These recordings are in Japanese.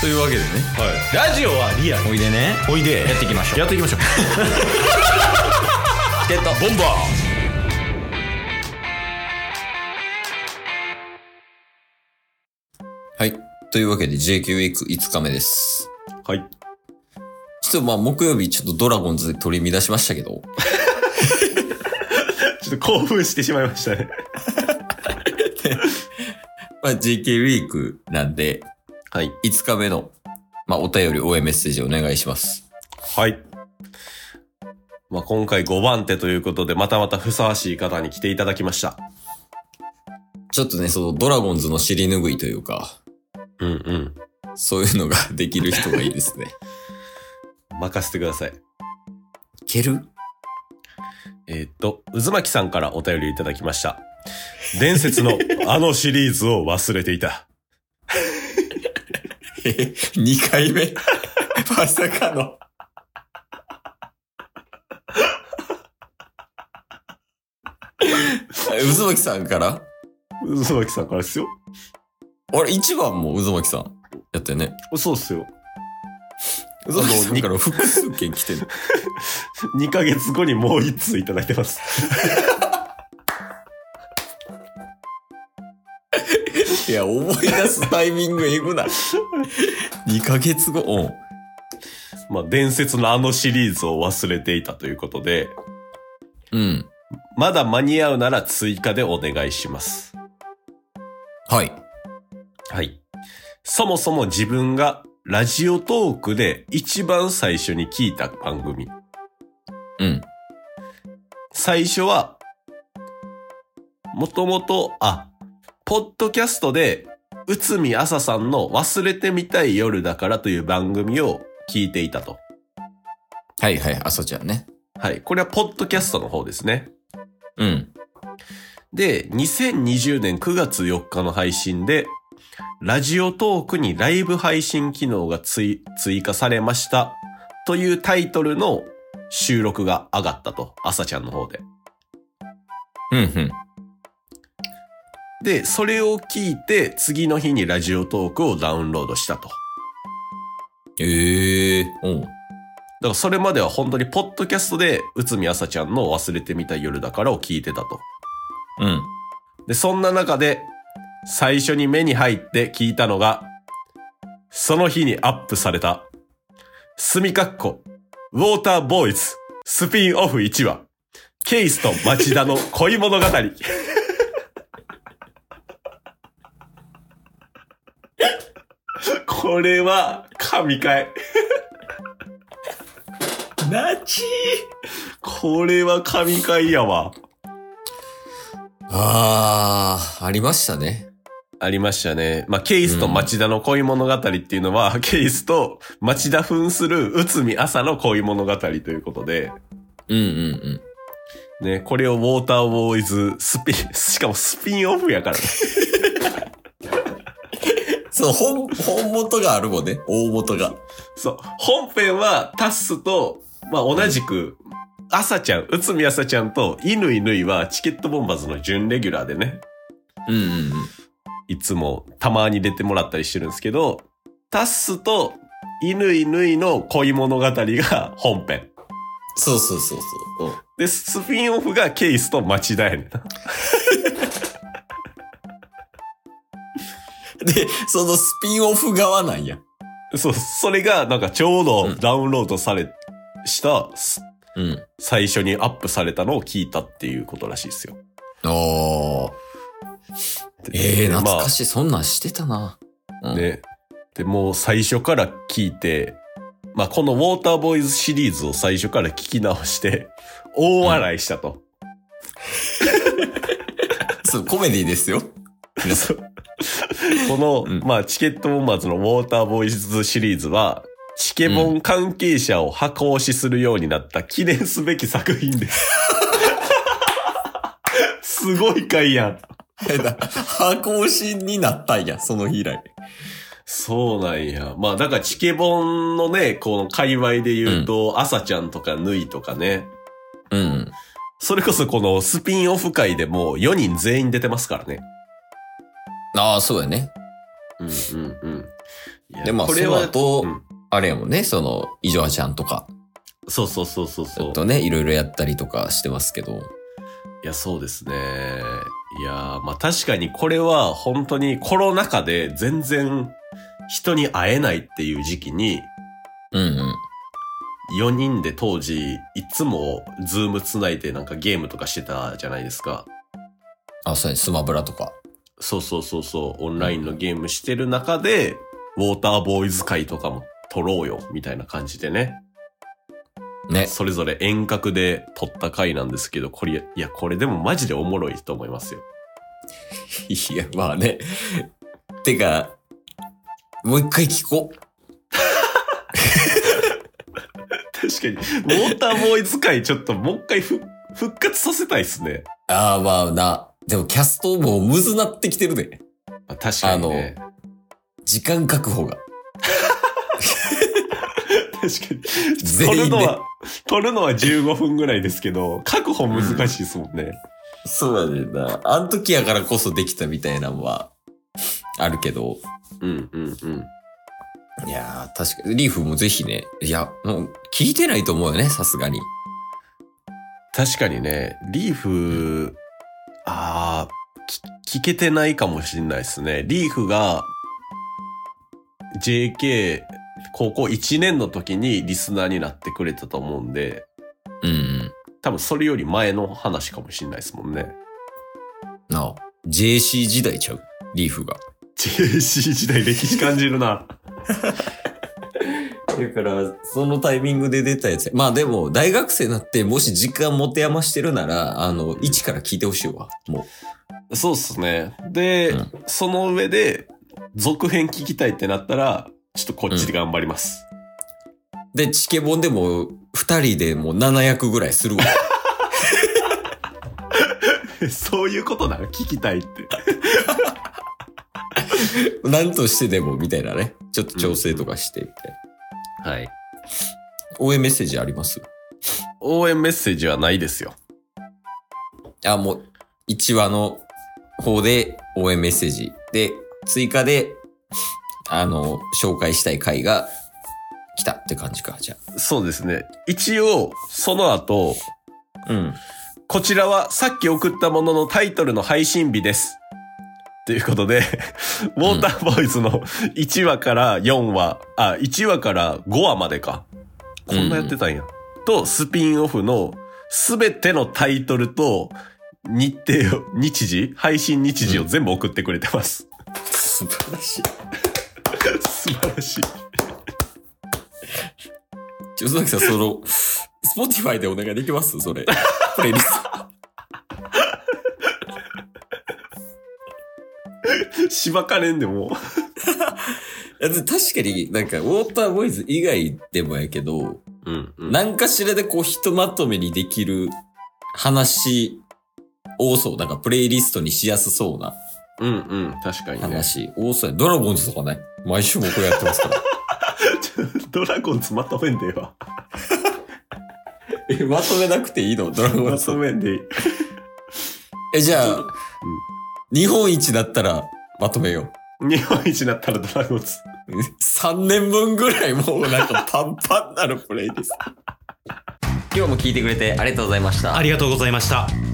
というわけでねラジオはリアルおいでねおいでやっていきましょうやっていき ましょうチケットボンバーはい。というわけで JQ ウィーク5日目です。はいちょっとまあ木曜日ちょっとドラゴンズで取り乱しましたけど、ちょっと興奮してしまいましたねまあ JK ウィークなんで、はい5日目の、まあお便り応援メッセージお願いします。はいまあ今回5番手ということでまたまたふさわしい方に来ていただきましたちょっとね、そのドラゴンズの尻拭いというか、うんうんそういうのができる人がいいです ね。任せてくださいいけ るえーっと渦巻さんからお便りいただきました伝説 のあのシリーズを忘れていたえ ?2 回目 まさか の。渦巻さんから 渦巻さんからですよあれ、1番も渦巻さんやったよね。そうっすよ渦巻さんから複数件来てる。 2ヶ月後にもう1通いただいてますいや、思い出すタイミングえぐ な。2ヶ月後、うん。まあ、伝説のあのシリーズを忘れていたということで、うん。まだ間に合うなら追加でお願いします。はい。はい。そもそも自分がラジオトークで一番最初に聞いた番組。うん。最初は、もともと、あ、ポッドキャストで、内海朝さんの忘れてみたい夜だからという番組を聞いていたと。はいはい、朝ちゃんね。はい。これはポッドキャストの方ですね。うん。で、2020年9月4日の配信で、ラジオトークにライブ配信機能が追追加されましたというタイトルの収録が上がったと、朝ちゃんの方で。うんうん。で、それを聞いて、次の日にラジオトークをダウンロードしたと。だええー、おうからそれまでは本当にポッドキャストで、内海朝ちゃんの忘れてみた夜だからを聞いてたと。うん。で、そんな中で、最初に目に入って聞いたのが、その日にアップされた、墨かっこ、ウォーターボーイズ、スピンオフ1話、ケイスと町田の恋物語。これは、神回。なちこれは神回やわ。あー、ありましたね。ありましたね。まあ、ケイスと町田の恋物語っていうのは、ケイスと町田扮する内海朝の恋物語ということで、うんうんね、これをウォーターボーイズスピン、 しかもスピンオフやからね。うん。そう、本、本元があるもんね。大元が。そう。本編はタッスと、まあ、同じく、朝ちゃん、内海朝ちゃんと犬犬はチケットボンバーズの準レギュラーでね、うんうんうん。いつもたまに出てもらったりしてるんですけど、タッスと犬犬の恋物語が本編。そうそうそうそう。うんで、スピンオフがケイスと町田やねんな。で、そのスピンオフ側なんや。そう、それがなんかちょううどんダウンロードされ、した、すうん。最初にアップされたのを聞いたっていうことらしいですよ。あー。ええー、で懐かましい。そんなんしてたな。うあん、ね。で、もう最初から聞いて、まあ、このウォーターボーイズシリーズを最初から聞き直して、大笑いしたと。そう、コメディですよ。そうこの、うんまあ、チケットボンバーズのウォーターボーイズシリーズは、チケボン関係者を箱押しするようになった記念すべき作品 です。すごい回やん。変な、箱押しになったんや、その日以来。そうなんや。まあ、だからチケボンのね、この界隈で言うと、朝ちゃんとかぬいとかね、うん。それこそこのスピンオフ会でもう4人全員出てますからね。ああ、そうやね。うんうんうん。いやで、まあ、こそれのは、後、うんあれやもんね、その、イジョアちゃんとか、そうそうそうそうずそっう。とね、いろいろやったりとかしてますけど。いや、そうですね。いやー、まあ確かにこれは本当にコロナ禍で全然人に会えないっていう時期に、うんうん。 4人で当時、いつもズームつないでなんかゲームとかしてたじゃないですか。あ、そうやね、スマブラとか。そうそうそうそう、オンラインのゲームしてる中で、ウォーターボーイズ会とかも撮ろうよ、みたいな感じでね。ね。それぞれ遠隔で撮った回なんですけど、これ、いや、これでもマジでおもろいと思いますよ。いや、まあね。てか、もう一回聞こう。確かに、ウォーターボーイズ会ちょっともう一回ふ復活させたいですね。ああ、まあな。でもキャストもむずなってきてるね。まあ確かにね。時間確保 が。確かに。撮全る員のねは、撮るのは15分ぐらいですけど、確保難しいですもんね。そうやねんな。あの時やからこそできたみたいなのは、あるけど。うんうんうん。いやー、確かに、リーフもぜひね。いや、もう、聞いてないと思うよね、さすがに。確かにね、リーフ、ああ、き聞けてないかもしれないですね。リーフが、JK、高校1年の時にリスナーになってくれたと思うんで、うんうん。多分それより前の話かもしれないですもんね。なあ、JC 時代ちゃう。リーフが。 JC 時代歴史感じるな。だから、そのタイミングで出たやつや。まあでも、大学生になって、もし時間持て余してるなら、あの、一から聞いてほしいわ。もそうっすね。で、うんその上で、続編聞きたいってなったら、ちょっとこっちで頑張ります。う。で、チケボンでも、二人でもう7役ぐらいするわ。 そういうことなの聞きたいって。なんとしてでも、みたいなね。ちょっと調整とかして、みたいな。はい。応援メッセージあります応援メッセージはないですよ。あ、もう、1話の方で応援メッセージ。で、追加で、あの、紹介したい回が来たって感じか、じゃそうですね。一応、その後、あ。うん。こちらはさっき送ったもののタイトルの配信日です。ということで、ウォーターボーイズの1話から4話、あ、1話から5話までか。こんなやってたんや。と、スピンオフのすべてのタイトルと日程を、日時、配信日時を全部送ってくれてます。 素晴らしい。素晴らしい。ちょ、崎さん、その、スポティファイでお願いできますそれ。プ レイリスト。しばかれんでも。いやで確かになんか、ウォーターボーイズ以外でもやけど、うん、うん。何かしらでこう、ひとまとめにできる話、多そう。なんか、プレイリストにしやすそうなうんうん。確かにね。話、多そうや。ドラゴンズとかね、毎週僕やってますから。 ドラゴンズまとめんでええわ。 え、まとめなくていいのドラゴンまズと。めんでいい。 え、じゃあ、日本一だったら、まとめよ日本一になったらドラゴンズ。う。3年分ぐらいもうなんかパンパンなるプレイです。 今日も聞いてくれてありがとうございましたあ。りがとうございました。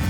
す